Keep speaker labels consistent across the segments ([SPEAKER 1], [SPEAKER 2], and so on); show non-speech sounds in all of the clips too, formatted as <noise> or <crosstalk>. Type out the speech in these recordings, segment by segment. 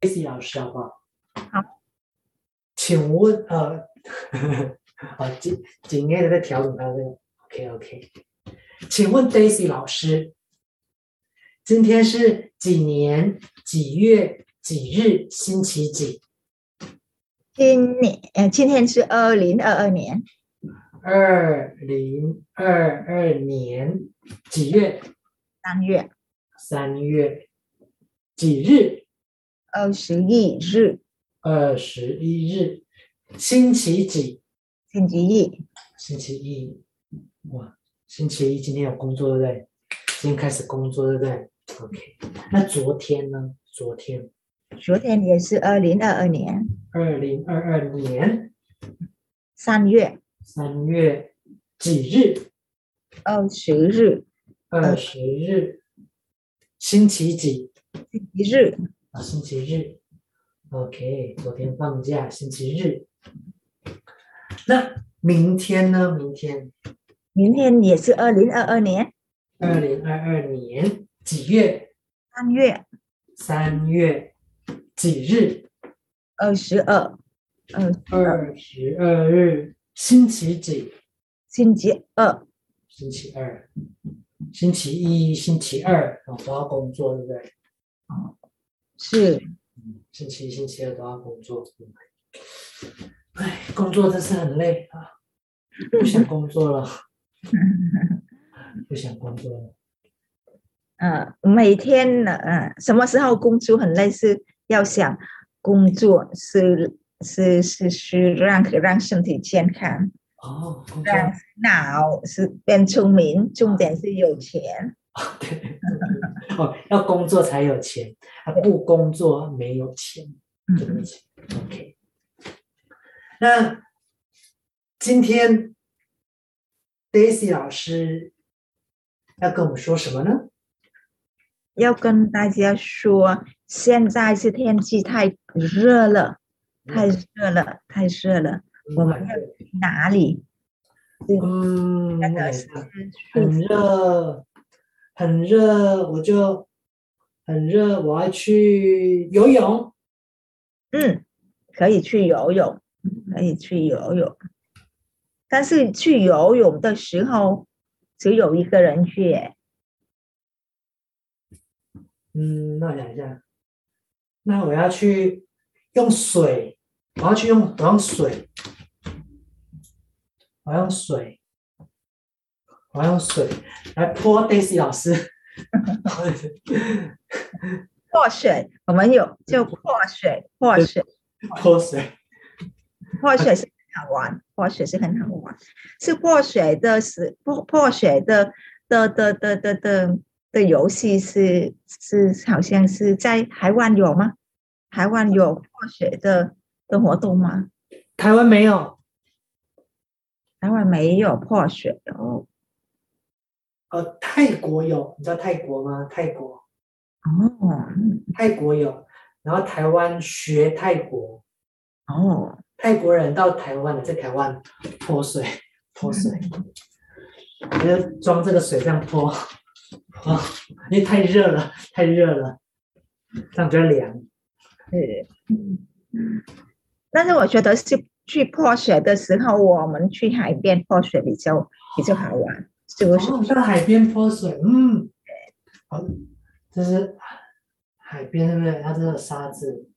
[SPEAKER 1] Daisy 老师好不好？
[SPEAKER 2] 好，
[SPEAKER 1] 请问呃， <laughs> 哦好紧紧接着在调整他的这个 OK OK，请问 Daisy 老师，今天是几年几月几日星期几？
[SPEAKER 2] 今年呃，今天是二零二二年
[SPEAKER 1] 二零二二年几月？
[SPEAKER 2] 三月
[SPEAKER 1] 三月几日？
[SPEAKER 2] 二十一日，
[SPEAKER 1] 二十一日，星期几？
[SPEAKER 2] 星期一。
[SPEAKER 1] 星期一，哇，星期一今天有工作对不对？今天开始工作对不对？OK，那昨天呢？昨天
[SPEAKER 2] 昨天也是二零二二年
[SPEAKER 1] 二零二二年
[SPEAKER 2] 三月
[SPEAKER 1] 三月几日？
[SPEAKER 2] 二十日，
[SPEAKER 1] 二十日，星期几？
[SPEAKER 2] 星期日
[SPEAKER 1] 啊，星期日。OK，昨天放假，星期日。那明天呢？明天
[SPEAKER 2] 明天也是呃二零二二年
[SPEAKER 1] 二零二二年几月？
[SPEAKER 2] 三月
[SPEAKER 1] 三月几日？
[SPEAKER 2] 二十二，呃，
[SPEAKER 1] 二十二日，星期几？
[SPEAKER 2] 星期二，
[SPEAKER 1] 星期二，星期一、星期二啊都要工作，对不对？
[SPEAKER 2] 是
[SPEAKER 1] 星期一、星期二都要工作。哎，工作真是很累啊！不想工作了，不想工作了。
[SPEAKER 2] 呃，每天呃，什么时候工作很累是要想工作是是是是让让身体健康。
[SPEAKER 1] 哦，工作
[SPEAKER 2] 让脑是变聪明，重点是有钱。
[SPEAKER 1] 对哦，要工作才有钱，啊，不工作没有钱。对不
[SPEAKER 2] 嗯，
[SPEAKER 1] 起，OK。那今天 Daisy 老师要跟我们说什么呢？
[SPEAKER 2] 要跟大家说，现在是天气太热了，太
[SPEAKER 1] 嗯
[SPEAKER 2] 热了，太热了。我们要哪里？
[SPEAKER 1] 嗯，
[SPEAKER 2] 那个是
[SPEAKER 1] 很热，很热，我就很热，我要去游泳。
[SPEAKER 2] 嗯，可以去游泳，可以去游泳。但是去游泳的时候，只有一个人去耶，
[SPEAKER 1] 嗯，那我想一下，那我要去用水，我要去用，我用水，我用水，我用水来泼 Daisy 老师。
[SPEAKER 2] 破水。我们有就破水，破
[SPEAKER 1] 对
[SPEAKER 2] 水。
[SPEAKER 1] 泼水，
[SPEAKER 2] 泼水是很好玩，泼水是很好玩，是泼水的是泼泼水的的的的的的的游戏是是好像是在台湾有吗？台湾有泼水的的活动吗？
[SPEAKER 1] 台湾没有，
[SPEAKER 2] 台湾没有泼水哦
[SPEAKER 1] 呃，泰国有，你知道泰国吗？泰国，
[SPEAKER 2] 哦
[SPEAKER 1] 泰国有，然后台湾学泰国，
[SPEAKER 2] 哦，
[SPEAKER 1] 泰国人到台湾，在台湾泼水， <laughs> 泼水，就是装这个水这样泼， <laughs> 泼，因为太热了，太热了，这样比较凉。
[SPEAKER 2] 是，嗯但是我觉得是去泼水的时候，我们去海边泼水比较比较好玩，是不是？
[SPEAKER 1] 哦，到海边泼水，嗯，好，就是海边对不对？它这个沙子，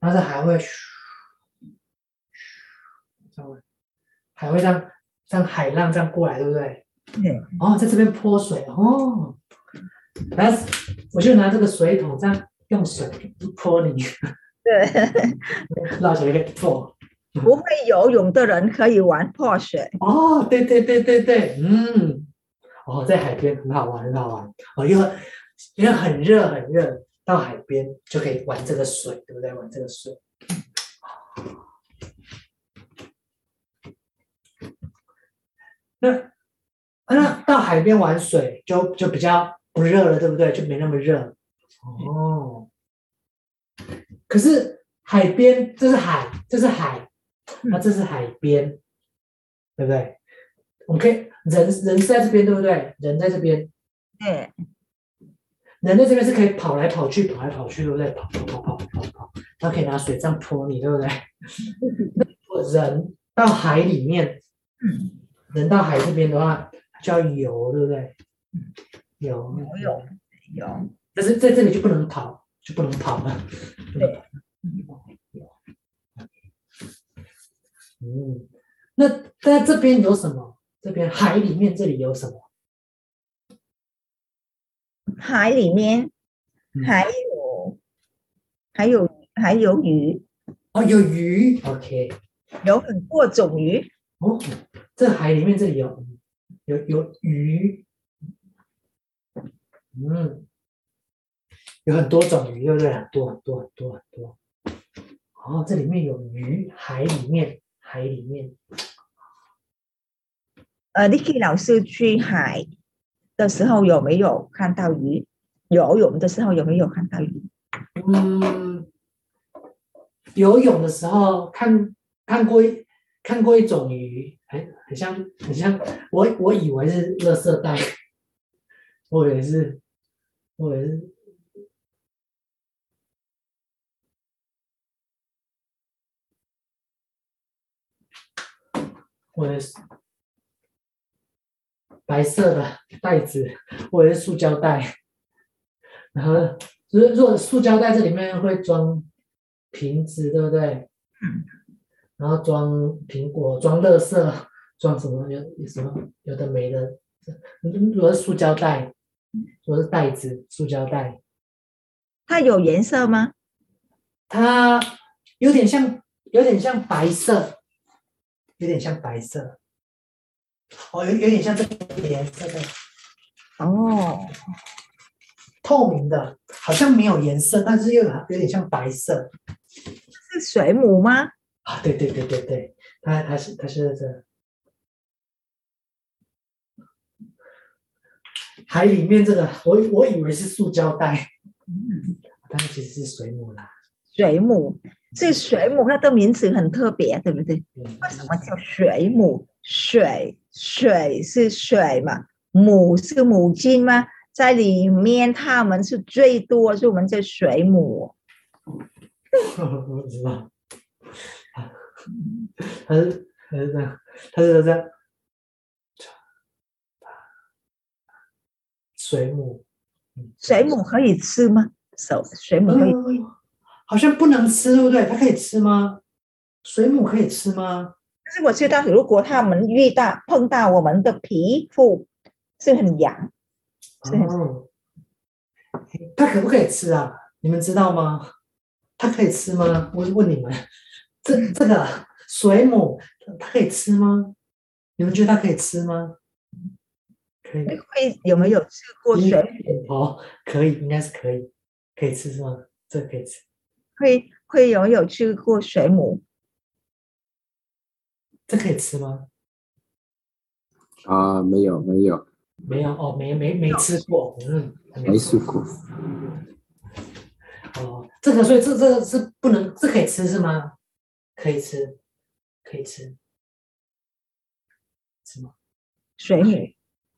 [SPEAKER 1] 但是还会咻，这样还会让让海浪这样过来，对不对？
[SPEAKER 2] 对，
[SPEAKER 1] 哦，在这边泼水哦，然后我就拿这个水桶这样用水泼你，
[SPEAKER 2] 对。
[SPEAKER 1] 绕起来给泼。
[SPEAKER 2] 不会游泳的人可以玩泼水，
[SPEAKER 1] 哦，对对对对对，嗯，哦，在海边很好玩，很好玩。哦，因为因为很热很热，到海边就可以玩这个水，对不对？玩这个水。那啊那到海边玩水就就比较不热了，对不对？就没那么热。哦，可是海边这是海，这是海，那这是海边，对不对？我们可以人人是在这边，对不对？人在这边，
[SPEAKER 2] 对，
[SPEAKER 1] 人在这边是可以跑来跑去，跑来跑去，对不对？跑跑跑跑跑跑，然后可以拿水这样泼你，对不对？ <laughs> 人到海里面，
[SPEAKER 2] 嗯，
[SPEAKER 1] 人到海这边的话叫游，对不对？游
[SPEAKER 2] 游泳有，
[SPEAKER 1] 但是在这里就不能跑，就不能跑了。
[SPEAKER 2] 对，
[SPEAKER 1] 嗯，那在这边有什么？这边海里面这里有什么？
[SPEAKER 2] 海里面
[SPEAKER 1] 嗯
[SPEAKER 2] 还有、还有还有鱼，
[SPEAKER 1] 哦，有鱼。OK，
[SPEAKER 2] 有很多种鱼，
[SPEAKER 1] 哦，这海里面这里有有有鱼，嗯，有很多种鱼，对不对？很多很多很多很多。哦，这里面有鱼，海里面，海里面。
[SPEAKER 2] 呃，Niki 老师去海的时候有没有看到鱼？游泳的时候有没有看到鱼？
[SPEAKER 1] 嗯，游泳的时候看看过一看过一种鱼，哎，很像很像，我我以为是垃圾袋，我以为是，我以为是。我的白色的袋子，我的塑胶袋，然后如如果塑胶袋这里面会装瓶子，对不对？
[SPEAKER 2] 嗯。
[SPEAKER 1] 然后装苹果、装垃圾、装什么有有什么有的没的。如果是塑胶袋，如果是袋子、塑胶袋，
[SPEAKER 2] 它有颜色吗？
[SPEAKER 1] 它有点像有点像白色，有点像白色。哦，有有点像这个颜色的
[SPEAKER 2] 哦，
[SPEAKER 1] 透明的，好像没有颜色，但是又有点像白色。
[SPEAKER 2] 是水母吗？
[SPEAKER 1] 啊，对对对对对，他他是他是这海里面这个，我我以为是塑胶袋， <laughs> 但其实是水母啦。
[SPEAKER 2] 水母，这水母它的名字很特别，对不对？
[SPEAKER 1] 嗯
[SPEAKER 2] 为什么叫水母？水水是水嘛，母是母亲吗？在里面它们是最多，是我们叫水母。
[SPEAKER 1] 我 <laughs> 不知道。啊他是他是这样，他是这样。水母，
[SPEAKER 2] 水母可以吃吗？手水母可以，
[SPEAKER 1] 嗯，好像不能吃，对不对？它可以吃吗？水母可以吃吗？
[SPEAKER 2] 但是我知道，如果它们遇到碰到我们的皮肤，是很痒。是很
[SPEAKER 1] 哦，它可不可以吃啊？你们知道吗？它可以吃吗？我问你们，这这个水母它可以吃吗？你们觉得它可以吃吗？可以，
[SPEAKER 2] 会有没有吃过水母？
[SPEAKER 1] 哦，可以，应该是可以，可以吃是吗？这个可以吃，
[SPEAKER 2] 会会有没有吃过水母？
[SPEAKER 1] 这可以吃吗？
[SPEAKER 3] 啊，没有没有，
[SPEAKER 1] 没有哦，没没没吃过，嗯，
[SPEAKER 3] 没吃过。
[SPEAKER 1] 哦，这个所以这这个是不能，这可以吃是吗？可以吃，可以吃，吃吗？
[SPEAKER 2] 水母，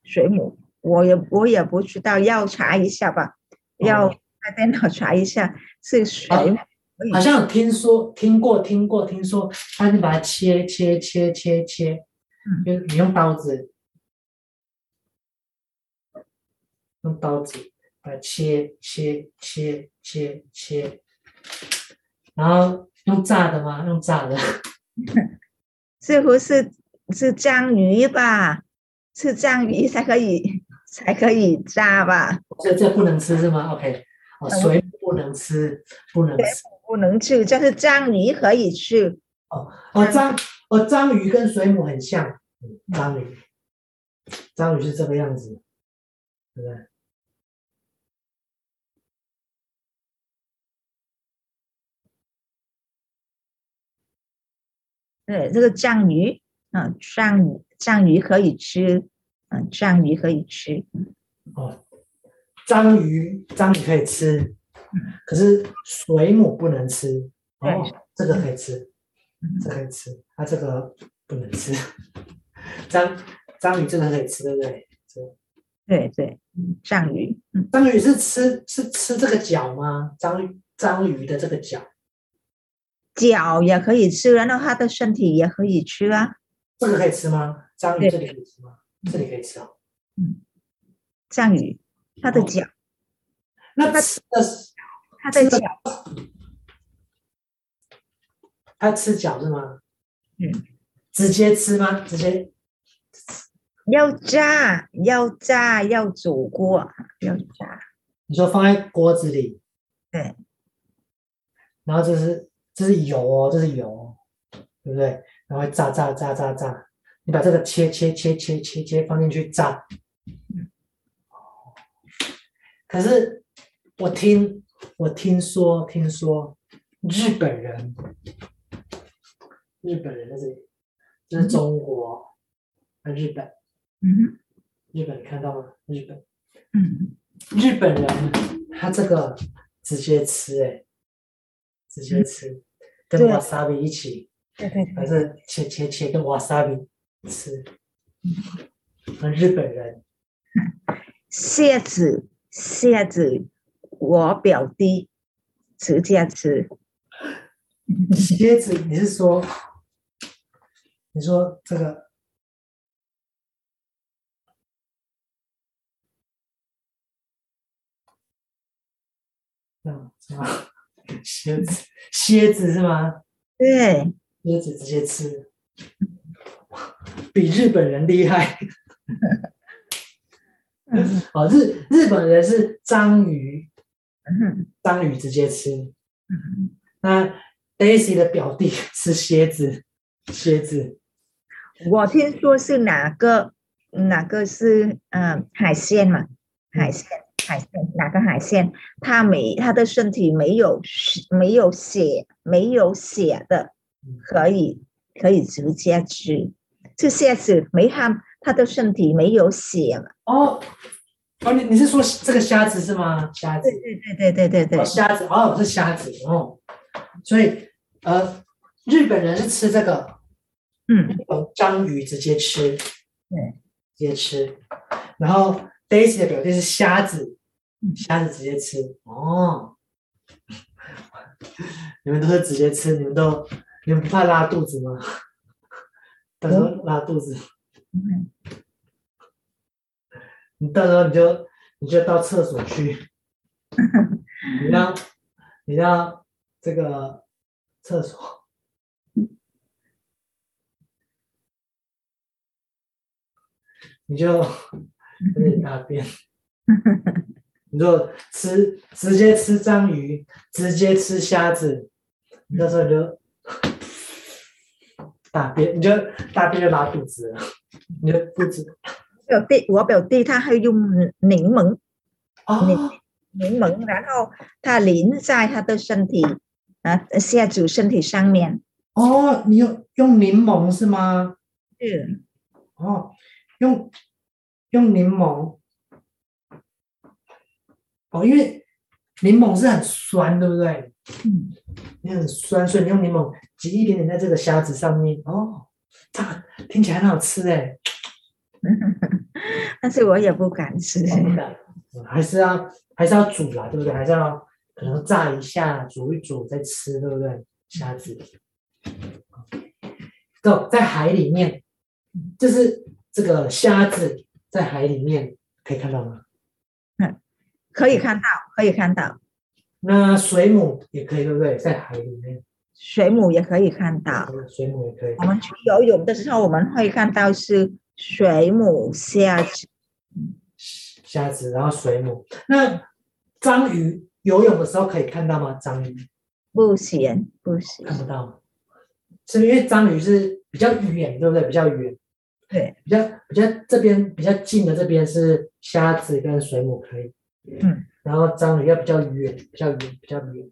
[SPEAKER 2] 水母，我也我也不知道，要查一下吧，要在电脑查一下是水母。
[SPEAKER 1] 哦好像有听说、听过、听过、听说，他就把它切切切切切，用你用刀子，用刀子把它切切切切切，然后用炸的吗？用炸的， <laughs>
[SPEAKER 2] 似乎是是章鱼吧？是章鱼才可以才可以炸吧？
[SPEAKER 1] 这这不能吃是吗？OK，哦，
[SPEAKER 2] 嗯
[SPEAKER 1] 水不能吃，不能吃。
[SPEAKER 2] 不能吃，但是章鱼可以吃。
[SPEAKER 1] 哦，章哦，章鱼跟水母很像，嗯章鱼，章鱼是这个样子，对不对？
[SPEAKER 2] 对，呃这个章鱼啊，章鱼章鱼可以吃，啊，章鱼可以吃。
[SPEAKER 1] 哦，章鱼章鱼可以吃，可是水母不能吃。哦，这个可以吃，这可以吃，它、这 <laughs> 个不能吃。章章鱼这个可以吃，对不对？这个
[SPEAKER 2] 对对，嗯章鱼，嗯，
[SPEAKER 1] 章鱼是吃是吃这个脚吗？章鱼章鱼的这个脚，
[SPEAKER 2] 脚也可以吃，然后它的身体也可以吃啊。
[SPEAKER 1] 这个可以吃吗？章鱼
[SPEAKER 2] 对
[SPEAKER 1] 这里可以吃吗？这里可以吃哦。
[SPEAKER 2] 章鱼，它的
[SPEAKER 1] 哦
[SPEAKER 2] 脚，
[SPEAKER 1] 那吃的是
[SPEAKER 2] 它的
[SPEAKER 1] 是
[SPEAKER 2] 脚
[SPEAKER 1] 的，它吃脚是吗？
[SPEAKER 2] 嗯，
[SPEAKER 1] 直接吃吗？直接
[SPEAKER 2] 要炸，要炸，要煮过，要炸，
[SPEAKER 1] 你说放在锅子里，
[SPEAKER 2] 对，
[SPEAKER 1] 然后这是这是油哦，这是油哦，对不对？然后炸炸炸炸炸，你把这个切切切切切切放进去炸。
[SPEAKER 2] 嗯
[SPEAKER 1] 哦可是我听我听说听说日本人，日本人在这里，这是中国，啊日本
[SPEAKER 2] 嗯
[SPEAKER 1] 日本看到吗？日本
[SPEAKER 2] 哼嗯，
[SPEAKER 1] 日本人他这个直接吃、欸，哎，直接吃，跟
[SPEAKER 2] 对
[SPEAKER 1] wasabi 一起，
[SPEAKER 2] 对对
[SPEAKER 1] 还
[SPEAKER 2] 对，
[SPEAKER 1] 是切切切跟 wasabi 吃。那日本人
[SPEAKER 2] 蟹子，蟹子，我表弟直接吃，
[SPEAKER 1] 蝎子，你是说，你说这个嗯，什么 <laughs> 蝎子？ <laughs> 蝎子是吗？
[SPEAKER 2] 对，
[SPEAKER 1] 椰子直接吃， <laughs> 比日本人厉害。
[SPEAKER 2] 嗯
[SPEAKER 1] 哦，日日本人是章鱼，
[SPEAKER 2] 嗯
[SPEAKER 1] 章鱼直接吃。
[SPEAKER 2] 嗯，
[SPEAKER 1] 那 Daisy 的表弟 <laughs> 是蝎子，蝎子
[SPEAKER 2] 我听说是哪个哪个是呃海鲜嘛，海鲜海鲜哪个海鲜，它没它的身体没有血没有血没有血的
[SPEAKER 1] 嗯，
[SPEAKER 2] 可以可以直接吃，这蟹子没它它的身体没有血嘛，
[SPEAKER 1] 哦哦，你你是说这个虾子是吗？虾子
[SPEAKER 2] 对对对对对对
[SPEAKER 1] 哦，
[SPEAKER 2] 对，
[SPEAKER 1] 虾子哦是虾子哦，所以呃，日本人是吃这个，
[SPEAKER 2] 嗯
[SPEAKER 1] 有章鱼直接吃，对，直接吃。然后 Daisy 的表弟是虾子，
[SPEAKER 2] 嗯
[SPEAKER 1] 虾子直接吃。哦，你们都是直接吃，你们都你们不怕拉肚子吗？ <laughs> 到时候拉肚子，
[SPEAKER 2] 嗯
[SPEAKER 1] 你到时候你就你就到厕所去，你让你让这个厕所。你就在那里大便。你说吃直接吃章鱼，直接吃虾子，你到时候你就大便，你就大便就拉肚子了，你就肚子
[SPEAKER 2] 表弟我表弟他还用柠檬
[SPEAKER 1] 哦，
[SPEAKER 2] 柠檬，然后它淋在它的身体啊蟹子身体上面，
[SPEAKER 1] 哦，你用用柠檬是吗？
[SPEAKER 2] 是。
[SPEAKER 1] 哦，用用柠檬，哦，因为柠檬是很酸，对不对？
[SPEAKER 2] 嗯
[SPEAKER 1] 你很酸，所以你用柠檬挤一点点在这个虾子上面，哦，这样听起来很好吃哎，
[SPEAKER 2] 但是我也不敢吃。
[SPEAKER 1] 嗯还是要还是要煮啦，对不对？还是要可能炸一下，煮一煮再吃，对不对？虾子，哦，在海里面，就是这个虾子在海里面可以看到吗？
[SPEAKER 2] 可以看到，可以看到，
[SPEAKER 1] 那水母也可以，对不对？在海里面，
[SPEAKER 2] 水母也可以看到。
[SPEAKER 1] 水母也可以
[SPEAKER 2] 我。们去游泳的时候，我们会看到是水母、虾子。
[SPEAKER 1] 虾子，然后水母。那章鱼游泳的时候可以看到吗？章鱼
[SPEAKER 2] 不行，不行，
[SPEAKER 1] 看不到，是不是因为章鱼是比较远，对不对？比较远，
[SPEAKER 2] 对，
[SPEAKER 1] 比较比较这边比较近的这边是虾子跟水母可以，
[SPEAKER 2] 嗯，
[SPEAKER 1] 然后章鱼要比较远，比较远，比较远。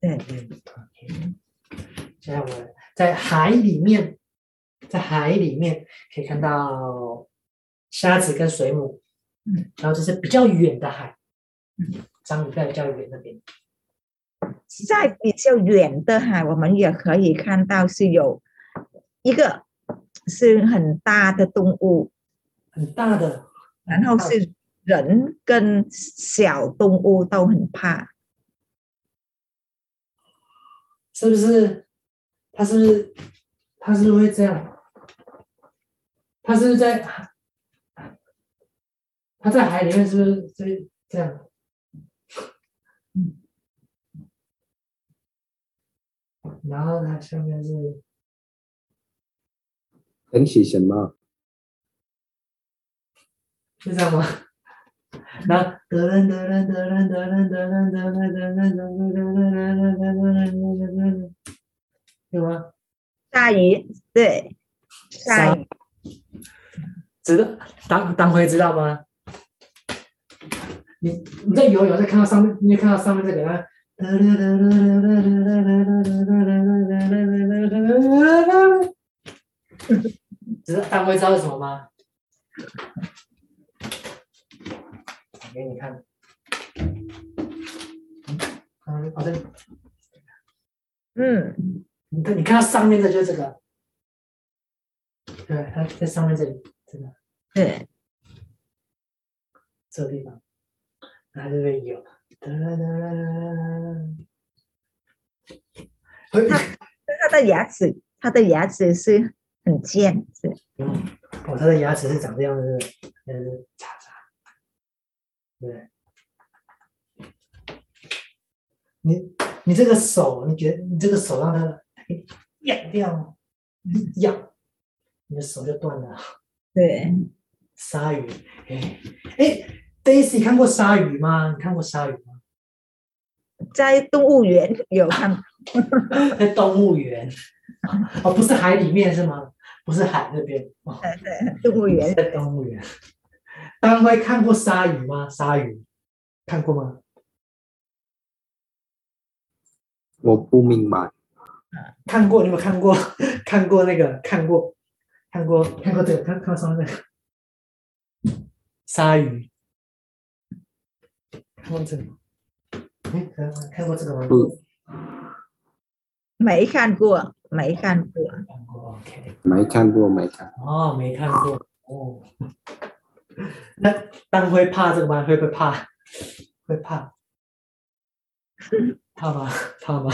[SPEAKER 2] 对，
[SPEAKER 1] 嗯，OK。现在我们在海里面，在海里面可以看到虾子跟水母，
[SPEAKER 2] 嗯，
[SPEAKER 1] 然后这是比较远的海，
[SPEAKER 2] 嗯，
[SPEAKER 1] 章鱼在比较远那边，
[SPEAKER 2] 在比较远的海，我们也可以看到是有一个是很大的动物，
[SPEAKER 1] 很大的，
[SPEAKER 2] 然后是人跟小动物都很怕，
[SPEAKER 1] 是不是？他是不是他是不是会这样？他是不是在他在海里面是不是这这样？然后它下面是
[SPEAKER 3] 很喜什么？
[SPEAKER 1] 是这样吗？然后得人得人得人得人得人得人得人得人得人得人得人，有吗？
[SPEAKER 2] 鲨鱼对，鲨鱼
[SPEAKER 1] 知道当当辉知道吗？你你在游泳，在看到上面，你看到上面这个啊。知道当辉知道是什么吗？我给你看。嗯，好、哦、的，这
[SPEAKER 2] 嗯，
[SPEAKER 1] 你看你看到上面的就是这个，对，它在上面这里，这个。
[SPEAKER 2] 对，
[SPEAKER 1] 这个地方，然后这边有，哒啦哒啦啦啦啦。
[SPEAKER 2] 它的牙齿，它的牙齿是很尖，是
[SPEAKER 1] 嗯，哦，它的牙齿是长这样子，嗯，叉叉，对。你你这个手，你觉得你这个手让它给咬掉，咬，你的手就断了。
[SPEAKER 2] 对，
[SPEAKER 1] 鲨鱼，哎哎，Daisy 看过鲨鱼吗？你看过鲨鱼吗？
[SPEAKER 2] 在动物园有看，
[SPEAKER 1] 在动物园，哦，不是海里面是吗？不是海那边，哦，
[SPEAKER 2] 对对，动物园
[SPEAKER 1] 在动物园。当辉看过鲨鱼吗？鲨鱼看过吗？
[SPEAKER 3] 我不明白。
[SPEAKER 1] 看过，你有没有看过？ <laughs> 看过那个，看过，看过，看过这个，看看过上面那个鲨鱼，看过这个吗？哎，看过看过这个吗？
[SPEAKER 3] 不
[SPEAKER 2] 没看过，没看过，
[SPEAKER 1] 看过，OK。
[SPEAKER 3] 没看过，没看。
[SPEAKER 1] 哦，没看过哦。那当会怕这个吗？会不会怕？会
[SPEAKER 2] <laughs>
[SPEAKER 1] 怕？怕吗？怕吗？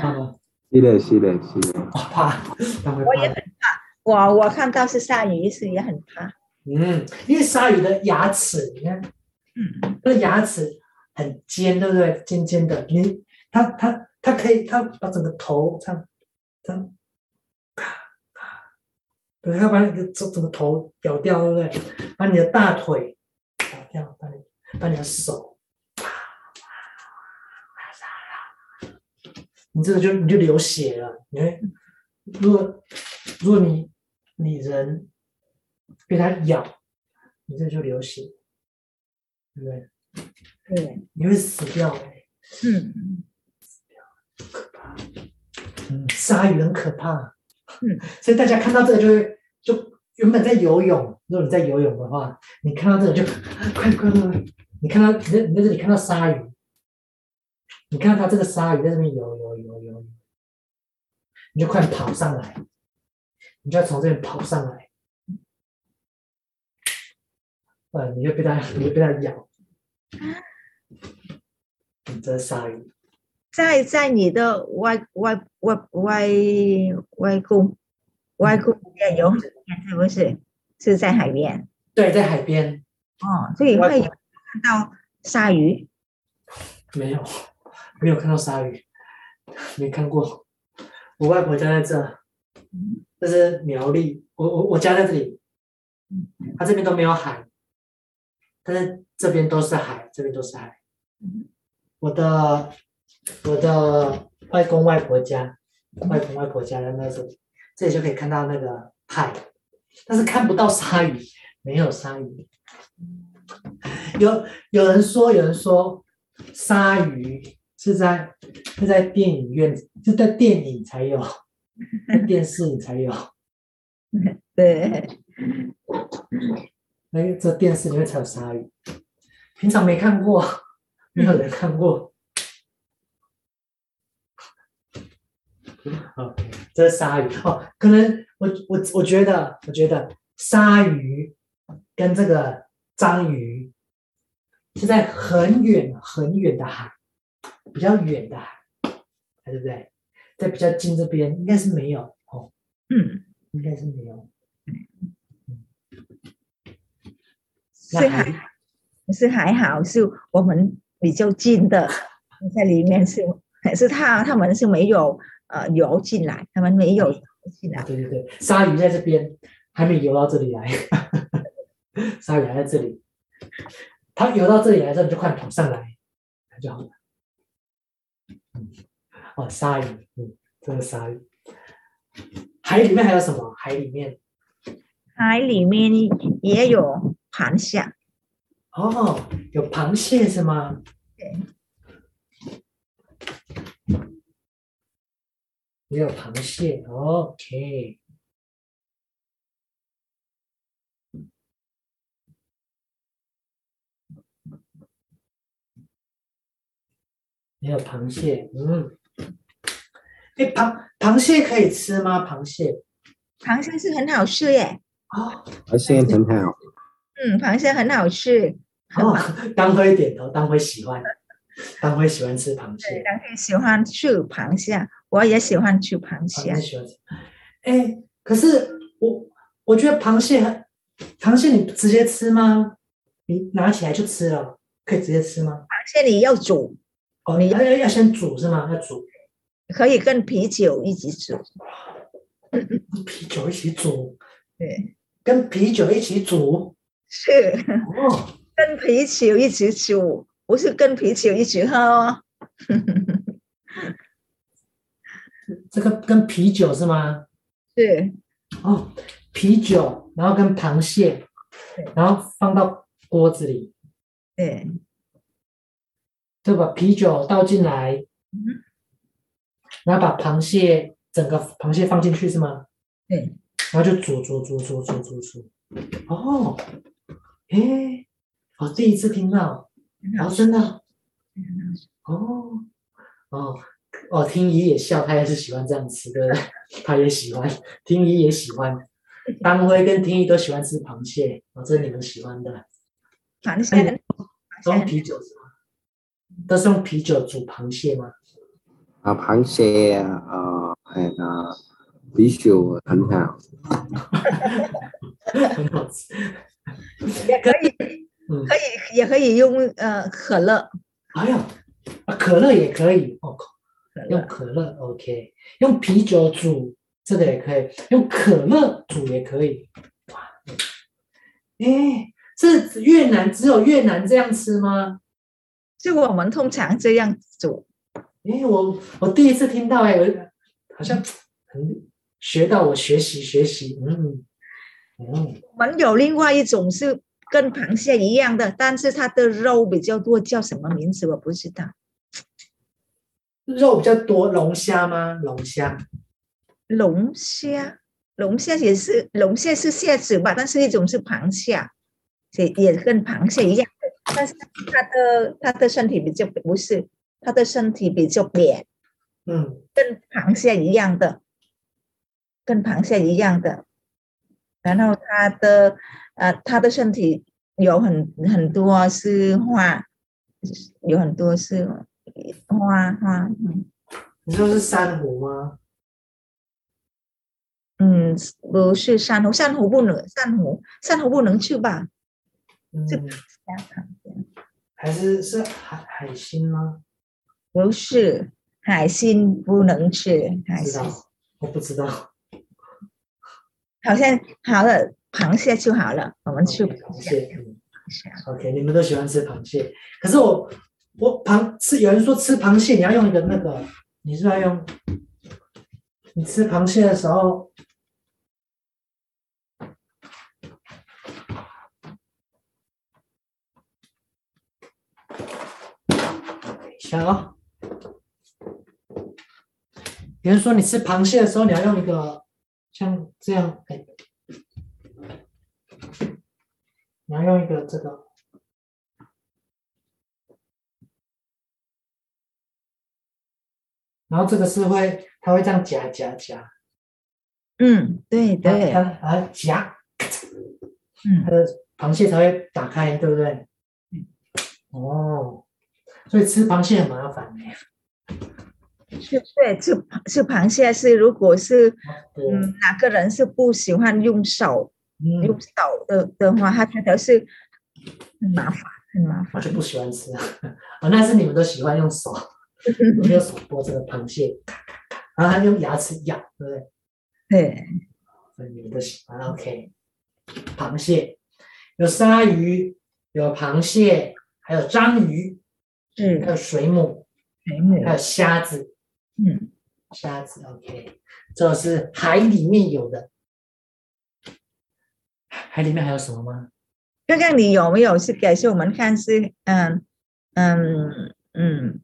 [SPEAKER 1] 怕吗？
[SPEAKER 3] 是的，是的，是的。
[SPEAKER 1] 哦、怕，当会
[SPEAKER 2] 我也
[SPEAKER 1] 怕
[SPEAKER 2] 很。怕。我我看到是鲨鱼，是也很怕。
[SPEAKER 1] 嗯，因为鲨鱼的牙齿，你看
[SPEAKER 2] 嗯，
[SPEAKER 1] 那牙齿很尖，对不对？尖尖的，你它它它可以，它把整个头这样这样，对，它把你的整整个头咬掉，对不对？把你的大腿咬掉，把你把你的手，你这个就你就流血了。你会，如果如果你你人被它咬，你这就流血，对不对？
[SPEAKER 2] 对，
[SPEAKER 1] 你会死掉、欸。
[SPEAKER 2] 嗯，
[SPEAKER 1] 嗯，鲨鱼很可怕。
[SPEAKER 2] 嗯，
[SPEAKER 1] <laughs> 所以大家看到这个就会就原本在游泳，如果你在游泳的话，你看到这个就 <laughs> 快快快快！你看到你在你在这里看到鲨鱼，你看到它这个鲨鱼在这边游游游游，你就快跑上来，你就要从这里跑上来，呃，你就被它你就被它咬。你这是鲨鱼。
[SPEAKER 2] 在在你的外外外外外公外公里面有海边是不是？是在海边
[SPEAKER 1] 对，在海边
[SPEAKER 2] 哦，所以
[SPEAKER 1] 外
[SPEAKER 2] 会
[SPEAKER 1] 公
[SPEAKER 2] 有看到鲨鱼。
[SPEAKER 1] 没有，没有看到鲨鱼，没看过。我外婆家在这，这是苗栗，我我我家在这里，它这边都没有海，但是这边都是海，这边都是海。我的我的外公外婆家，外公外婆家在那里，这里就可以看到那个海，但是看不到鲨鱼，没有鲨鱼。有有人说，有人说，鲨鱼是在是在电影院，是在电影才有，在电视里才有，
[SPEAKER 2] 对，
[SPEAKER 1] 那个哎这电视里面才有鲨鱼，平常没看过，没有人看过。好，哦这是鲨鱼哦，可能我我我觉得，我觉得鲨鱼跟这个章鱼是在很远很远的海，比较远的海，对不对？在比较近这边应该是没有哦，
[SPEAKER 2] 嗯，
[SPEAKER 1] 应该是没有。
[SPEAKER 2] 是
[SPEAKER 1] 那
[SPEAKER 2] 还
[SPEAKER 1] 海
[SPEAKER 2] 是还好，是我们比较
[SPEAKER 1] <laughs>
[SPEAKER 2] 近的，在里面是还是他他们是没有呃游进来，他们没有进来
[SPEAKER 1] 啊，，对对对，鲨鱼在这边还没游到这里来， <laughs> 鲨鱼还在这里，它游到这里来之后，你就快跑上来，它就好了。嗯，哦，鲨鱼，嗯，这个鲨鱼，海里面还有什么？海里面
[SPEAKER 2] 海里面也有螃蟹，
[SPEAKER 1] 哦，有螃蟹是吗？
[SPEAKER 2] 对。
[SPEAKER 1] 也有螃蟹，OK。也有螃蟹，嗯。哎，螃螃蟹可以吃吗？螃蟹
[SPEAKER 2] 螃蟹是很好吃耶，
[SPEAKER 1] 哦
[SPEAKER 3] 而且很好，
[SPEAKER 2] 嗯，螃蟹很好吃，
[SPEAKER 1] 哦，当辉点头，当辉喜欢，当辉喜欢吃螃蟹
[SPEAKER 2] 对，。但是喜欢吃螃蟹，我也喜欢吃螃
[SPEAKER 1] 螃
[SPEAKER 2] 蟹
[SPEAKER 1] 蟹。喜欢吃。哎，可是我我觉得螃蟹很，螃蟹你直接吃吗？你拿起来就吃了，可以直接吃吗？
[SPEAKER 2] 螃蟹你要煮，
[SPEAKER 1] 哦，你要要要先煮是吗？要煮，
[SPEAKER 2] 可以跟啤酒一起煮。
[SPEAKER 1] 跟啤酒一起煮，
[SPEAKER 2] 对，
[SPEAKER 1] 跟啤酒一起煮。
[SPEAKER 2] 是
[SPEAKER 1] 哦，
[SPEAKER 2] 跟啤酒一起煮，不是跟啤酒一起喝哦。
[SPEAKER 1] 这个跟啤酒是吗？
[SPEAKER 2] 是，
[SPEAKER 1] 哦，啤酒，然后跟螃蟹
[SPEAKER 2] 对，
[SPEAKER 1] 然后放到锅子里，
[SPEAKER 2] 对，
[SPEAKER 1] 对吧？啤酒倒进来
[SPEAKER 2] 嗯，
[SPEAKER 1] 然后把螃蟹整个螃蟹放进去是吗？
[SPEAKER 2] 对，
[SPEAKER 1] 然后就煮煮煮煮煮煮煮。哦，诶，我第一次听到，
[SPEAKER 2] 很
[SPEAKER 1] 哦，
[SPEAKER 2] 好吃。
[SPEAKER 1] 真的，
[SPEAKER 2] 很好吃
[SPEAKER 1] 哦，哦，哦，听姨也笑，她也是喜欢这样吃，对不对？她也喜欢，听姨也喜欢， <laughs> 当辉跟听姨都喜欢吃螃蟹，哦，这是你们喜欢的，
[SPEAKER 2] 螃蟹很，
[SPEAKER 1] 都用
[SPEAKER 2] 螃蟹
[SPEAKER 1] 啤酒是吗？都是用啤酒煮螃蟹
[SPEAKER 2] <laughs>
[SPEAKER 1] 吗？
[SPEAKER 3] 啊，螃蟹啊，系啊，啤酒很好，
[SPEAKER 1] 很好吃，
[SPEAKER 2] 也可以，
[SPEAKER 1] 嗯。
[SPEAKER 2] 可以也可以用呃可乐，
[SPEAKER 1] 哎呀，啊可乐也可以哦，
[SPEAKER 2] 可
[SPEAKER 1] 用
[SPEAKER 2] 乐
[SPEAKER 1] 可乐 OK，用啤酒煮这个也可以，用可乐煮也可以。哇，哎，这越南只有越南这样吃吗？
[SPEAKER 2] 是我们通常这样煮。
[SPEAKER 1] 哎，我我第一次听到哎，我好像很学到我学习学习，嗯嗯，
[SPEAKER 2] 我们有另外一种是跟螃蟹一样的，但是它的肉比较多，叫什么名字我不知道。
[SPEAKER 1] 肉比较多，龙虾吗？龙虾
[SPEAKER 2] 龙虾，龙虾也是龙虾是蟹子吧，但是一种是螃蟹，也也跟螃蟹一样，但是它的它的身体比较不是，它的身体比较扁，
[SPEAKER 1] 嗯，
[SPEAKER 2] 跟螃蟹一样的，跟螃蟹一样的。然后它的呃，它的身体有很很多是花，有很多是花花，嗯。
[SPEAKER 1] 你说是珊瑚吗？
[SPEAKER 2] 嗯，不是珊瑚，珊瑚不能，珊瑚，珊瑚不能吃吧？
[SPEAKER 1] 嗯，还是是海海星吗？
[SPEAKER 2] 不是，海鲜不能吃，海
[SPEAKER 1] 知
[SPEAKER 2] 鲜
[SPEAKER 1] 道，我不知道。
[SPEAKER 2] 好像好了，螃蟹就好了，我们吃
[SPEAKER 1] OK，螃蟹。嗯
[SPEAKER 2] 蟹
[SPEAKER 1] OK，你们都喜欢吃螃蟹，可是我我螃吃有人说吃螃蟹你要用一个那个，你是不是要用？你吃螃蟹的时候，等一下哦。有人说你吃螃蟹的时候你要用一个像这样，哎，你要用一个这个，然后这个是会，它会这样夹夹夹，
[SPEAKER 2] 嗯，对
[SPEAKER 1] 它
[SPEAKER 2] 对，
[SPEAKER 1] 它它夹，
[SPEAKER 2] 嗯
[SPEAKER 1] 它的螃蟹才会打开，对不对？
[SPEAKER 2] 嗯
[SPEAKER 1] 哦，所以吃螃蟹很麻烦欸
[SPEAKER 2] 是对，吃螃吃螃蟹是，如果是
[SPEAKER 1] 对，
[SPEAKER 2] 嗯哪个人是不喜欢用手
[SPEAKER 1] 嗯
[SPEAKER 2] 用，手的的话，他觉得是很麻烦，很麻
[SPEAKER 1] 我
[SPEAKER 2] 烦。 <laughs>
[SPEAKER 1] 就不喜欢吃啊。 <laughs> 哦，那是你们都喜欢用手，用手剥这个螃蟹，咔咔咔，然后还用牙齿咬，对不对？
[SPEAKER 2] 对，
[SPEAKER 1] 所以你们都喜欢。OK，螃蟹有鲨鱼，有螃蟹，还有章鱼，
[SPEAKER 2] 是
[SPEAKER 1] 还有水母，
[SPEAKER 2] 水母
[SPEAKER 1] 还，有虾子，
[SPEAKER 2] 嗯，
[SPEAKER 1] 虾子 OK，这是海里面有的。海里面还有什么吗？
[SPEAKER 2] 刚刚你有没有是给是我们看是嗯嗯嗯，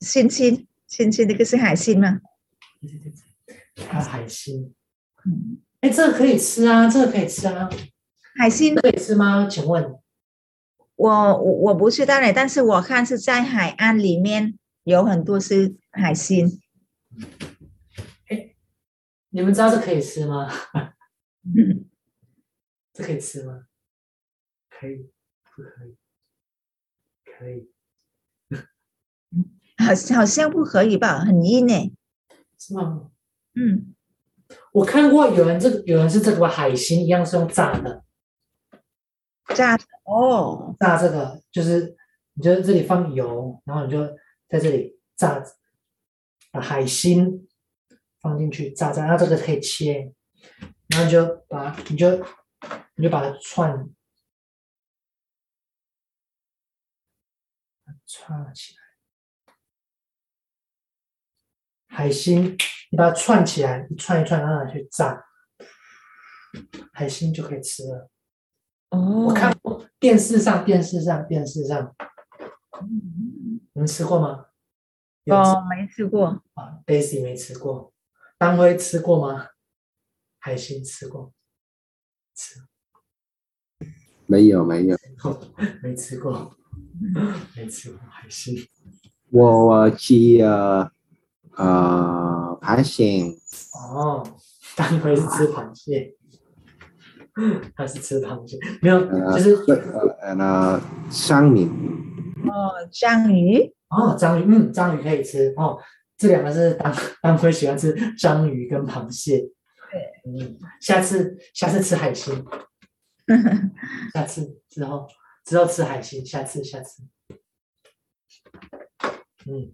[SPEAKER 2] 星星星星那个是海星吗？
[SPEAKER 1] 还有海星。
[SPEAKER 2] 嗯，
[SPEAKER 1] 哎，这个可以吃啊，这个可以吃啊，
[SPEAKER 2] 海星
[SPEAKER 1] 这可以吃吗？请问
[SPEAKER 2] 我我我不知道嘞，但是我看是在海岸里面有很多是海星， <laughs>
[SPEAKER 1] 你们知道这可以吃吗？这可以吃吗？可以，不可以？可以，
[SPEAKER 2] 好好像不可以吧，很硬诶。
[SPEAKER 1] 是吗？
[SPEAKER 2] 嗯，
[SPEAKER 1] 我看过有人这个，有人是这个吧海星一样是用炸的，
[SPEAKER 2] 炸的哦，
[SPEAKER 1] 炸这个就是你就这里放油，然后你就在这里炸，把海星放进去炸炸，那这个可以切，然后你就把你就你就把它串串起来，海星你把它串起来，一串一串，然后拿去炸，海星就可以吃了。
[SPEAKER 2] 哦
[SPEAKER 1] 我看过电视上，电视上，电视上，你们吃过吗？有吃
[SPEAKER 2] 哦，没吃过，
[SPEAKER 1] 啊，Daisy 没吃过，当辉吃过吗？海星吃过，吃
[SPEAKER 3] 没有没有，
[SPEAKER 1] 过没吃过？没吃过海星。
[SPEAKER 3] 我呃去呃呃爬行，
[SPEAKER 1] 哦，当辉是吃螃蟹，他是吃螃蟹，没有，
[SPEAKER 3] 呃
[SPEAKER 1] 就是
[SPEAKER 3] 呃呃上面
[SPEAKER 2] 哦，章鱼，
[SPEAKER 1] 哦，章鱼，嗯，章鱼可以吃哦。这两个是当 <laughs> 当归喜欢吃章鱼跟螃蟹。对，嗯，下次下次吃海 <laughs> 星，下次之后之后吃海星，下次下次。嗯，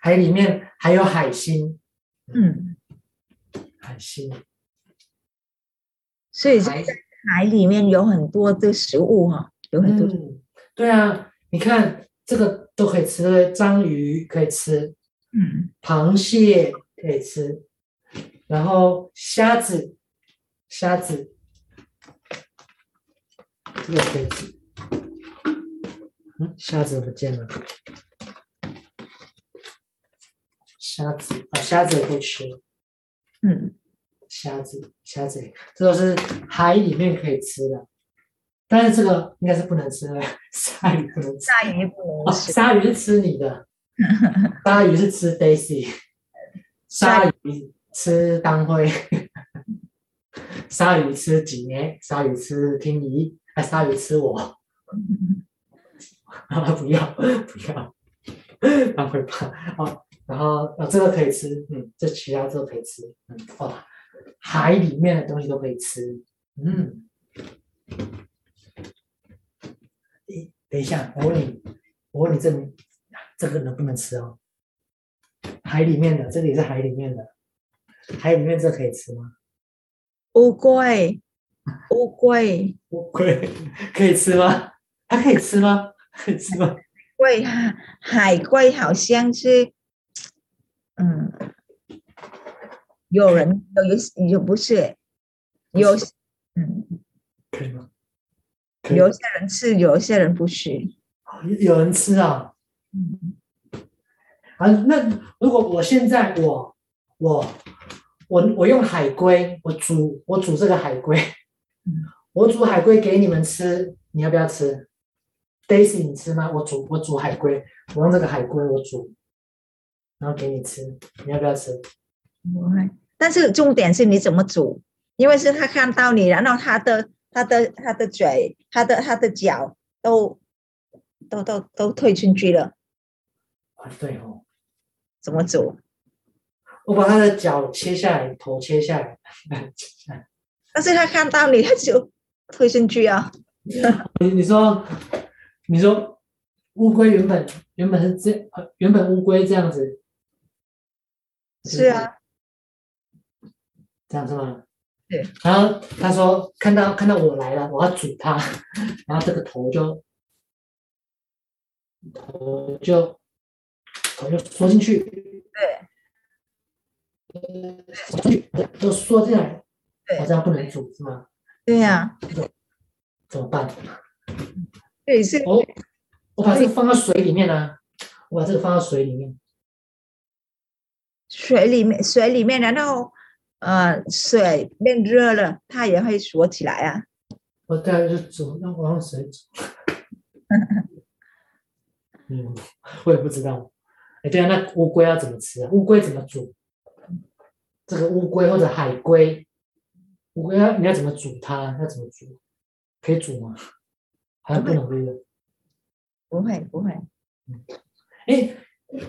[SPEAKER 1] 海里面还有海星，
[SPEAKER 2] 嗯，
[SPEAKER 1] 海星，
[SPEAKER 2] 所以
[SPEAKER 1] 海
[SPEAKER 2] 在海里面有很多的食物哈，有很多，
[SPEAKER 1] 嗯，对啊，你看这个都可以吃，对不对章鱼可以吃，
[SPEAKER 2] 嗯，
[SPEAKER 1] 螃蟹可以吃，然后虾子，虾子，这个可以吃。嗯，虾子不见了。虾子啊，虾子也可以吃，
[SPEAKER 2] 嗯，
[SPEAKER 1] 虾子，虾子，这都是海里面可以吃的，但是这个应该是不能吃的， <laughs> 鲨鱼不能吃。
[SPEAKER 2] 鲨鱼不
[SPEAKER 1] 哦，
[SPEAKER 2] 能吃，
[SPEAKER 1] 鲨鱼是吃你的，鲨鱼是吃 Daisy，鲨鱼吃当辉， <laughs> 鲨鱼吃景年，鲨鱼吃听怡，哎，鲨鱼吃我， <laughs> 啊，不要 <laughs> 不要，当辉怕哦，然后哦，这个可以吃，嗯，这其他这个可以吃，嗯，哦，海里面的东西都可以吃，嗯。诶等一下，我问你，我问你这里这个能不能吃哦？海里面的，这里是海里面的，海里面这可以吃吗？
[SPEAKER 2] 乌龟，乌龟，
[SPEAKER 1] 乌龟可以吃吗？它可以吃吗？可以吃吗？
[SPEAKER 2] 龟哈，海龟好像是，嗯，有人有有有不是，有，嗯，
[SPEAKER 1] 可以吗？可以
[SPEAKER 2] 有些人吃，有些人不吃，
[SPEAKER 1] 有人吃啊、
[SPEAKER 2] 嗯，
[SPEAKER 1] 啊，那如果我现在我我我我用海龟，我煮我煮这个海龟
[SPEAKER 2] 嗯，
[SPEAKER 1] 我煮海龟给你们吃，你要不要吃？Daisy，你吃吗？我煮我煮海龟，我用这个海龟我煮，然后给你吃，你要不要吃？
[SPEAKER 2] 不会但是重点是你怎么煮，因为是他看到你，然后他的他的他的嘴，他的他的脚都都都都退进去了，
[SPEAKER 1] 啊，对哦，
[SPEAKER 2] 怎么走？
[SPEAKER 1] 我把他的脚切下来，头切下来， <laughs> 切下来。
[SPEAKER 2] 但是他看到你，他就退进去啊。
[SPEAKER 1] 你你说，你说乌龟原本原本是这，呃原本乌龟这样子，嗯
[SPEAKER 2] 是啊，
[SPEAKER 1] 这样是吗？
[SPEAKER 2] 对。
[SPEAKER 1] 然后他说看到看到我来了，我要煮它， <laughs> 然后这个头就头就头就缩进去，对，缩进去就缩进来，
[SPEAKER 2] 对
[SPEAKER 1] 我这样不能煮是吗？
[SPEAKER 2] 对呀、
[SPEAKER 1] 怎么办？
[SPEAKER 2] 对是
[SPEAKER 1] 我我把这个放到水里面啊，我把这个放到水里面，
[SPEAKER 2] 水里面水里面，然后呃水变热了，它也会锁起来啊。
[SPEAKER 1] 我待会就煮，那我用水煮。 <laughs> 嗯，我也不知道。哎，对啊，那乌龟要怎么吃啊？乌龟怎么煮？这个乌龟或者海龟，乌龟要你要怎么煮它？要怎么煮？可以煮吗？好像不能对不对？
[SPEAKER 2] 不会不会，
[SPEAKER 1] 哎，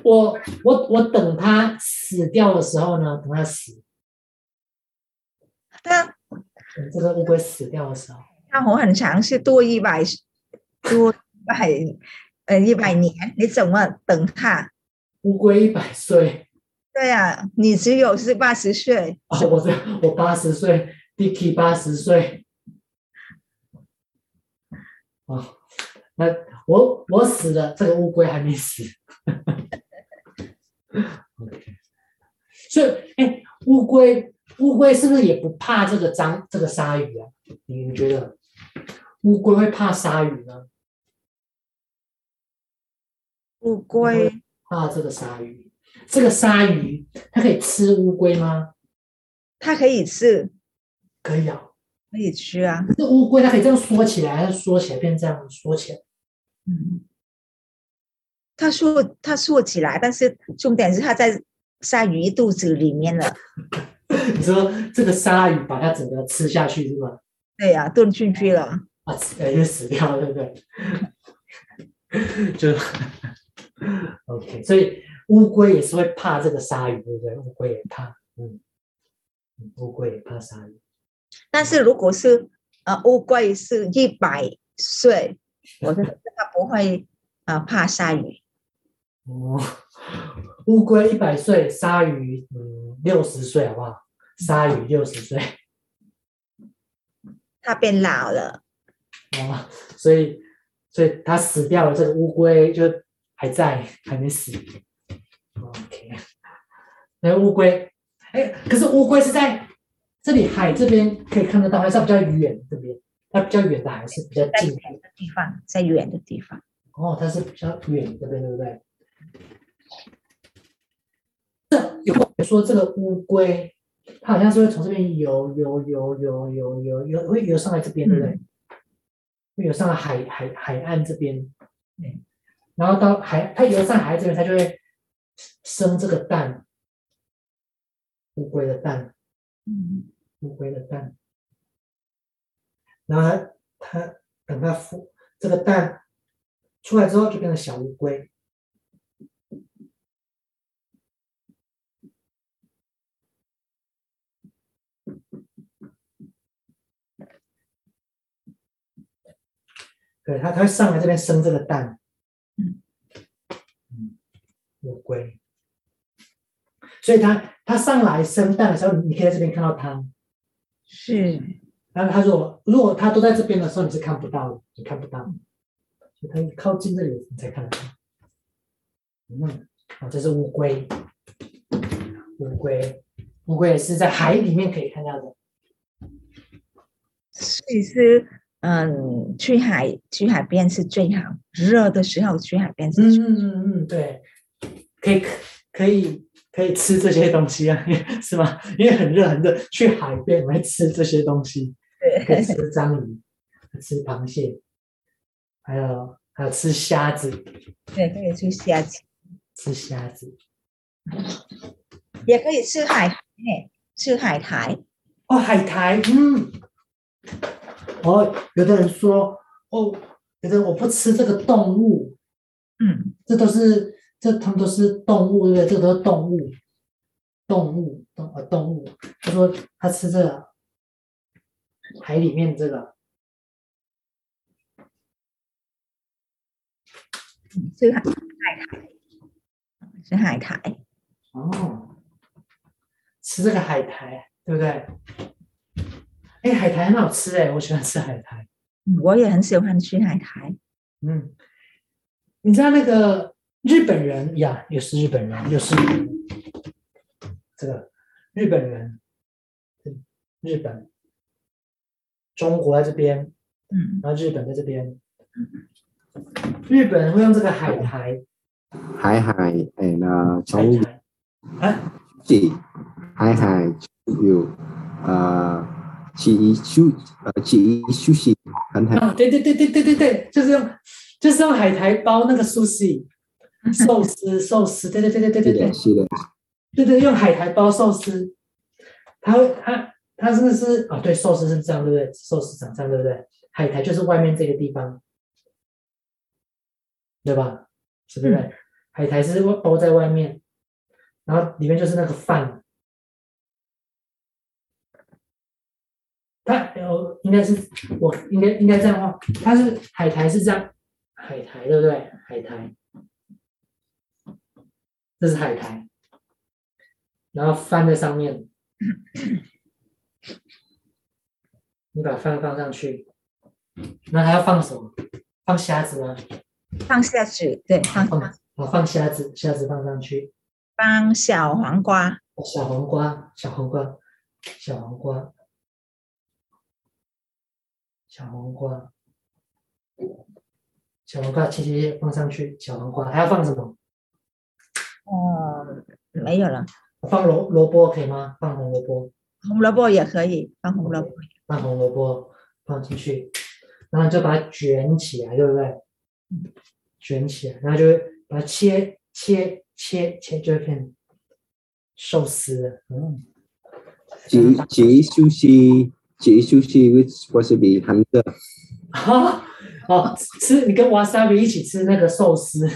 [SPEAKER 1] 我我我等它死掉的时候呢，等它死，
[SPEAKER 2] 它
[SPEAKER 1] 等这个乌龟死掉的时候，
[SPEAKER 2] 它活很长，是多一百多一百呃一百年，你怎么等它？
[SPEAKER 1] 乌龟一百岁。
[SPEAKER 2] 对呀、你只有是八十岁，
[SPEAKER 1] <laughs> 啊，我这我八十岁，Dicky 八十岁。啊，那我我死了，这个乌龟还没死。OK，所以哎，乌龟乌龟是不是也不怕这个章这个鲨鱼啊？你们觉得乌龟会怕鲨鱼呢？
[SPEAKER 2] 乌龟
[SPEAKER 1] 怕这个鲨鱼？这个鲨鱼它可以吃乌龟吗？
[SPEAKER 2] 它可以吃，
[SPEAKER 1] 可以啊。
[SPEAKER 2] 可以吃啊。
[SPEAKER 1] 这乌龟它可以这样缩起来，它缩起来变这样缩起来。
[SPEAKER 2] 嗯，它竖它竖起来，但是重点是它在鲨鱼肚子里面了。
[SPEAKER 1] 你说这个鲨鱼把它整个吃下去是吗？
[SPEAKER 2] 对呀、炖进去了。
[SPEAKER 1] 啊，吃呃就死掉了，对不对？ <laughs> 就 OK，所以乌龟也是会怕这个鲨鱼，对不对？乌龟也怕，嗯，嗯乌龟也怕鲨鱼。
[SPEAKER 2] 但是如果是呃乌龟是一百岁，我觉得它不会呃怕鲨鱼。
[SPEAKER 1] 哦，乌龟一百岁，鲨鱼嗯六十岁，好不好？鲨鱼六十岁，
[SPEAKER 2] 它变老了，
[SPEAKER 1] 哦，所以所以它死掉了，这个乌龟就还在，还没死。OK，那乌龟，哎，可是乌龟是在这里海这边可以看得到，还是比较远这边？它比较远的海是比较
[SPEAKER 2] 在
[SPEAKER 1] 近
[SPEAKER 2] 远的地方，在远的地方。
[SPEAKER 1] 哦，它是比较远这边，对不对？这有朋友说这个乌龟，它好像是会从这边游游游游游游游，会游上来这边，对不对？会游上来海海海岸这边，哎
[SPEAKER 2] 对
[SPEAKER 1] 然后到海，它游上海岸这边，它就会生这个蛋，乌龟的蛋，
[SPEAKER 2] 嗯，
[SPEAKER 1] 乌龟的蛋，然后它它等它孵这个蛋出来之后，就变成小乌龟。对，它它会上来这边生这个蛋，
[SPEAKER 2] 嗯
[SPEAKER 1] 嗯，乌龟，所以它它上来生蛋的时候，你可以在这边看到它，
[SPEAKER 2] 是
[SPEAKER 1] 然后他说，如果他都在这边的时候，你是看不到的，你看不到，所以他靠近这里你才看得到。嗯，啊，这是乌龟，乌龟，乌龟也是在海里面可以看到的。
[SPEAKER 2] 所以是嗯，去海去海边是最好，热的时候去海边是最好。
[SPEAKER 1] 嗯嗯嗯，对，可以可以可以吃这些东西啊， <laughs> 是吗？因为很热很热，去海边我会吃这些东西。可以
[SPEAKER 2] 对，
[SPEAKER 1] 吃章鱼，吃螃蟹，还有还有吃虾子，
[SPEAKER 2] <laughs> 对，可以去虾子，
[SPEAKER 1] 吃虾子。
[SPEAKER 2] 也可以吃海苔，吃海苔。
[SPEAKER 1] 哦，海苔，嗯，哦，有的人说哦，有的人我不吃这个动物，
[SPEAKER 2] 嗯，
[SPEAKER 1] 这都是这他们都是动物，对不对？这个都是动物，动物动呃动物。他说他吃这个海里面这个，
[SPEAKER 2] 是海海苔，是海苔，
[SPEAKER 1] 哦，吃这个海苔，对不对？哎，海苔很好吃哎，我喜欢吃海苔。
[SPEAKER 2] 嗯我也很喜欢吃海苔。
[SPEAKER 1] 嗯，你知道那个日本人呀，又是日本人，又是这个日本人，嗯日本，中国在这边，
[SPEAKER 2] 嗯，
[SPEAKER 1] 然后日本在这边，日本人会用这个海苔，
[SPEAKER 3] Hải Hải and
[SPEAKER 1] 海
[SPEAKER 3] uh, Chong
[SPEAKER 1] 苔啊，
[SPEAKER 3] Chi. Hải Hải Chiu. Uh, Chi Chu uh, Chi Sushi. Hắn Hải
[SPEAKER 1] 啊，对对对对对对对，就是用就是用海苔包那个寿司，寿司寿司，对对对对对对
[SPEAKER 3] Chi
[SPEAKER 1] 对
[SPEAKER 3] Đẻ。Chi Đẻ.
[SPEAKER 1] 对对，用海苔包寿司，它会它它真的是啊、对，寿司是这样，对不对？寿司长这样，对不对？海苔就是外面这个地方，对吧？是不是？
[SPEAKER 2] 嗯
[SPEAKER 1] 海苔是外包在外面，然后里面就是那个饭。它呃，应该是我应该应该这样画，它是海苔是这样，海苔对不对？海苔，这是海苔。然后翻在上面，你把饭放上去，那还要放什么？放虾子吗？
[SPEAKER 2] 放下去，对，放
[SPEAKER 1] 放啊，放虾子，虾子放上去，
[SPEAKER 2] 放小黄瓜，
[SPEAKER 1] 小黄瓜，小黄瓜，小黄瓜，小黄瓜，小黄瓜切切切放上去，小黄瓜还要放什么？
[SPEAKER 2] 哦，没有了，
[SPEAKER 1] 放萝萝卜可以吗？放红萝卜。
[SPEAKER 2] 红萝卜也可以，放红萝卜，
[SPEAKER 1] 把红萝卜放进去，然后就把它卷起来，对不对？卷起来，然后就把它切切切切，就变寿司了。嗯， <laughs>
[SPEAKER 3] Chi Chi Sushi. Chi Sushi with supposed to be Hắn Đẻ.
[SPEAKER 1] 好，哦，吃你跟 wasabi 一起吃那个寿司，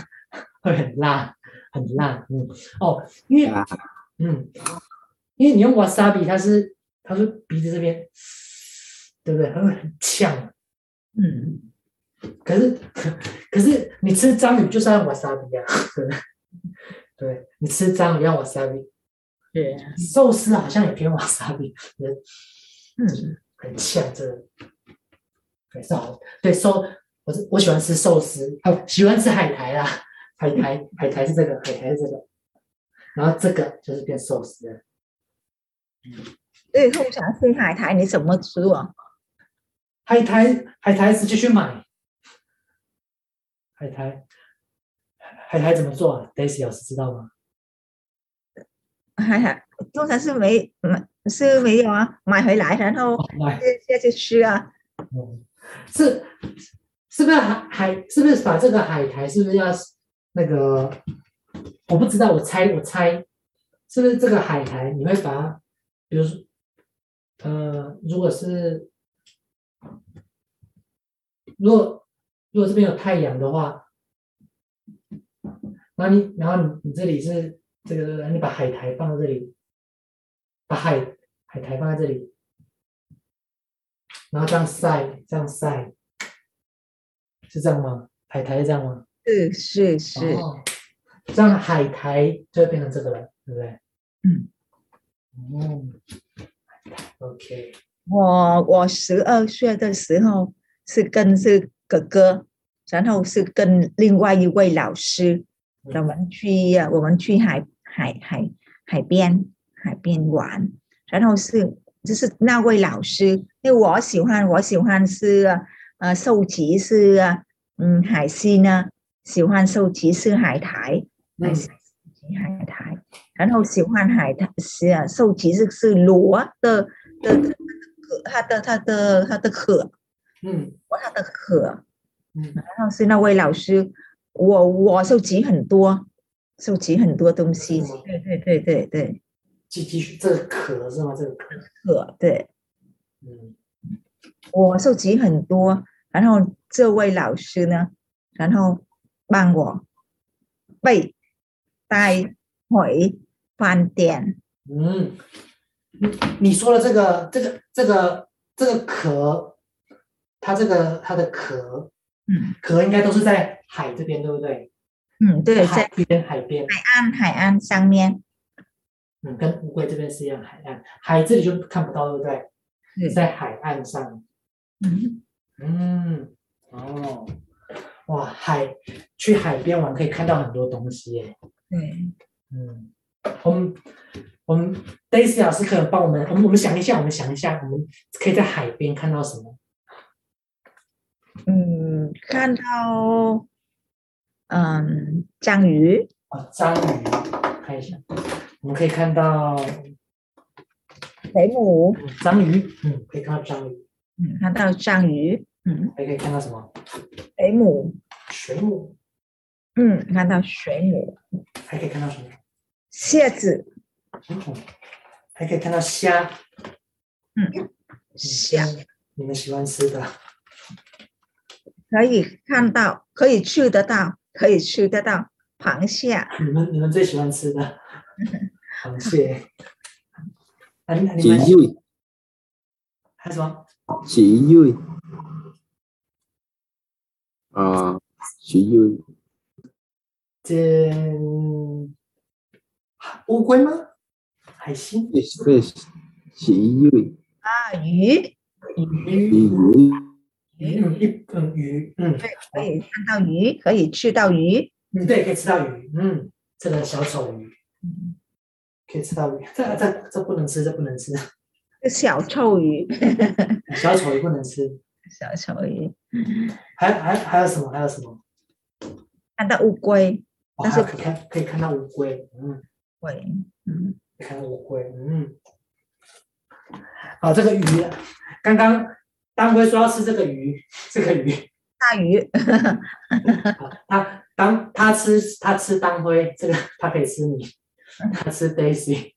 [SPEAKER 1] 会很辣，很辣。嗯，哦，因为
[SPEAKER 3] Yeah.
[SPEAKER 1] 嗯，因为你用 wasabi，它是它是鼻子这边，对不对？它会很呛。
[SPEAKER 2] 嗯，
[SPEAKER 1] 可是 <laughs> 可是你吃章鱼就是要瓦萨比啊，对不对对，你吃章鱼要瓦萨比，
[SPEAKER 2] 是，啊
[SPEAKER 1] 寿司好像也偏瓦萨比，嗯
[SPEAKER 2] 嗯，
[SPEAKER 1] 很呛，真的。对，是好，对寿，我是我喜欢吃寿司，哦，喜欢吃海苔啦，海苔海苔是这个，海苔是这个，然后这个就是变寿司了。
[SPEAKER 2] 所以通常吃海苔你怎么吃哦？
[SPEAKER 1] 海苔海苔直接去买，海苔海苔怎么做啊？Daisy 老师知道吗？
[SPEAKER 2] 海苔通常是没买是没有啊，买回来然后
[SPEAKER 1] 哦来。
[SPEAKER 2] 这这就吃啊，
[SPEAKER 1] 嗯，是是不是海海是不是把这个海苔是不是要那个？我不知道，我猜我猜，是不是这个海苔你会把它，比如说，呃，如果是如果如果这边有太阳的话，然后你然后你你这里是这个，你把海苔放在这里，把海海苔放在这里，然后这样晒，这样晒，是这样吗？海苔是这样吗？
[SPEAKER 2] 是是是，
[SPEAKER 1] 哦，这样海苔就会变成这个了，对不对？
[SPEAKER 2] 嗯。
[SPEAKER 1] 哦，OK，
[SPEAKER 2] 嗯我我十二岁的时候是跟是哥哥，然后是跟另外一位老师，
[SPEAKER 1] 嗯
[SPEAKER 2] 我们去呃我们去海海海海边海边玩，然后是就是那位老师，因为我喜欢我喜欢是呃收集是呃嗯海鲜呢，喜欢收集是海苔，海
[SPEAKER 1] 嗯
[SPEAKER 2] 鲜海苔，然后喜欢海苔是啊，收集是是螺的的的它的它的它的壳，
[SPEAKER 1] 嗯
[SPEAKER 2] 它的壳。
[SPEAKER 1] 嗯
[SPEAKER 2] 然后是那位老师，我我收集很多，收集很多东西。
[SPEAKER 1] 是吗
[SPEAKER 2] 对对对对对，
[SPEAKER 1] 继继续这个壳是吗？这个壳，
[SPEAKER 2] 壳对，
[SPEAKER 1] 嗯，
[SPEAKER 2] 我收集很多，然后这位老师呢，然后帮我背带回饭店。
[SPEAKER 1] 嗯，你你说的这个这个这个这个壳，它这个它的壳
[SPEAKER 2] 嗯
[SPEAKER 1] 壳应该都是在海这边，对不对？
[SPEAKER 2] 嗯，对，
[SPEAKER 1] 海
[SPEAKER 2] 在
[SPEAKER 1] 边海边，
[SPEAKER 2] 岸海岸上面，
[SPEAKER 1] 嗯，跟乌龟这边是一样，海岸海这里就看不到，对不对？
[SPEAKER 2] 对
[SPEAKER 1] 在海岸上，
[SPEAKER 2] 嗯，
[SPEAKER 1] 嗯，哦，哇，海去海边玩可以看到很多东西耶，
[SPEAKER 2] 对，
[SPEAKER 1] 嗯，我们我们 Daisy 老师可能帮我们，我们我们想一下，我们想一下，我们可以在海边看到什么？
[SPEAKER 2] 嗯，看到嗯章鱼，
[SPEAKER 1] 啊，章鱼，看一下，我们可以看到
[SPEAKER 2] 水母，
[SPEAKER 1] 嗯章鱼，嗯，可以看到章鱼，
[SPEAKER 2] 嗯，看到章鱼，嗯，
[SPEAKER 1] 还可以看到什么？
[SPEAKER 2] 水母，
[SPEAKER 1] 水母，
[SPEAKER 2] 嗯，看到水母，
[SPEAKER 1] 还可以看到什么？
[SPEAKER 2] 蟹子，
[SPEAKER 1] 嗯，还可以看到虾，
[SPEAKER 2] 嗯，虾
[SPEAKER 1] 嗯你们喜欢吃的， <laughs>
[SPEAKER 2] 可以看到，可以吃得到，可以吃得到螃蟹，
[SPEAKER 1] 你们你们最喜欢吃的螃蟹，啊，你你
[SPEAKER 3] chỉ
[SPEAKER 1] 们
[SPEAKER 3] vui
[SPEAKER 1] 还有什么？
[SPEAKER 3] chỉ vui ờ chỉ vui
[SPEAKER 1] 这乌龟吗？海星、
[SPEAKER 3] fish fish chỉ vui
[SPEAKER 2] 啊，鱼，
[SPEAKER 1] 鱼、
[SPEAKER 3] chỉ vui
[SPEAKER 1] 鱼，嗯，一嗯鱼，嗯，
[SPEAKER 2] 对，可以看到鱼，可以吃到鱼，
[SPEAKER 1] 嗯，对，可以吃到鱼，嗯，这个小丑鱼
[SPEAKER 2] 嗯
[SPEAKER 1] 可以吃到鱼， <laughs> 这这这不能吃，这不能吃，
[SPEAKER 2] 小臭鱼，
[SPEAKER 1] 小丑鱼不能吃。
[SPEAKER 2] 小丑鱼，
[SPEAKER 1] 还还还有什么？还有什么？
[SPEAKER 2] 看到乌龟，
[SPEAKER 1] 哦、
[SPEAKER 2] 但是
[SPEAKER 1] 还可以看可以看到乌龟，嗯，
[SPEAKER 2] 龟，嗯，
[SPEAKER 1] 可以看到乌龟，嗯。哦，这个鱼，刚刚当归说要吃这个鱼，这个鱼，
[SPEAKER 2] 大鱼，
[SPEAKER 1] 他当他吃他吃当归，这个他可以吃你，他吃 Daisy，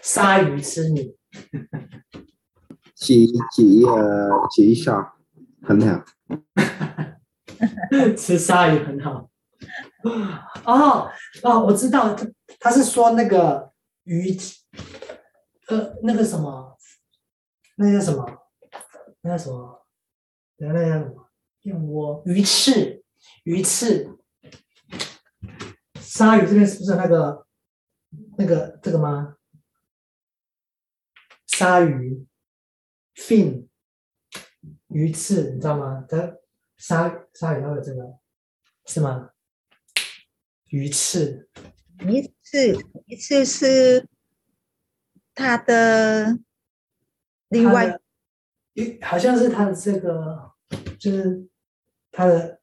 [SPEAKER 1] 鲨鱼吃你，
[SPEAKER 3] chỉ chỉ ờ, chỉ shark hình hả
[SPEAKER 1] <laughs> 吃鲨鱼很好。哦哦，我知道，他他是说那个鱼，呃，那个什么，那叫什么，那叫什么，那那叫什么？燕窝、鱼翅、鱼翅，鲨鱼这边是不是那个那个这个吗？鲨鱼 fin 鱼翅，你知道吗？它鲨鲨鱼它有这个是吗？鱼翅
[SPEAKER 2] 一次一次是它的另
[SPEAKER 1] 它
[SPEAKER 2] 外
[SPEAKER 1] 的，诶好像是它的这个，就是它的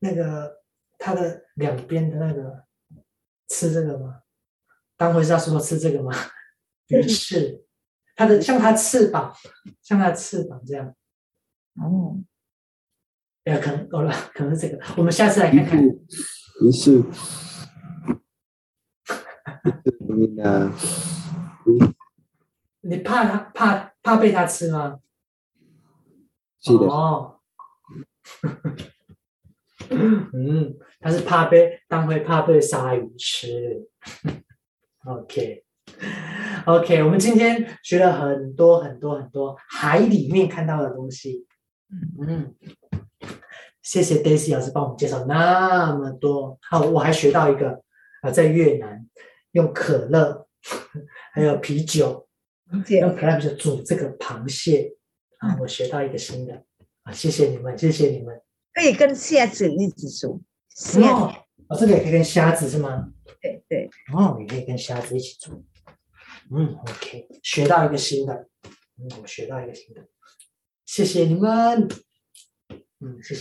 [SPEAKER 1] 那个它的两边的那个吃这个吗？当回是要说吃这个吗？
[SPEAKER 2] 嗯
[SPEAKER 1] 鱼翅，它的像它翅膀，像它翅膀这样，
[SPEAKER 2] 哦，
[SPEAKER 1] 呃，可能够了，可能是这个，我们下次来
[SPEAKER 3] ý
[SPEAKER 1] 看看。
[SPEAKER 3] sư ý sư mình là
[SPEAKER 1] 你怕它怕怕被它吃吗？
[SPEAKER 3] chỉ để
[SPEAKER 1] 哦， <laughs> 嗯，他是怕被当会怕被鲨鱼吃。OK。OK，我们今天学了很多很多很多海里面看到的东西。嗯，谢谢 Daisy 老师帮我们介绍那么多。好，我还学到一个啊、呃在越南用可乐 <laughs> 还有啤酒
[SPEAKER 2] 理解
[SPEAKER 1] 用 crab 就煮这个螃蟹啊，我学到一个新的啊，谢谢你们，谢谢你们。
[SPEAKER 2] 可以跟蟹子一起煮，蟹，
[SPEAKER 1] 哦，哦这个也可以跟虾子是吗？
[SPEAKER 2] 对对，
[SPEAKER 1] 哦，也可以跟虾子一起煮。嗯，OK，学到一个新的，嗯，我学到一个新的，谢谢你们。嗯，谢谢。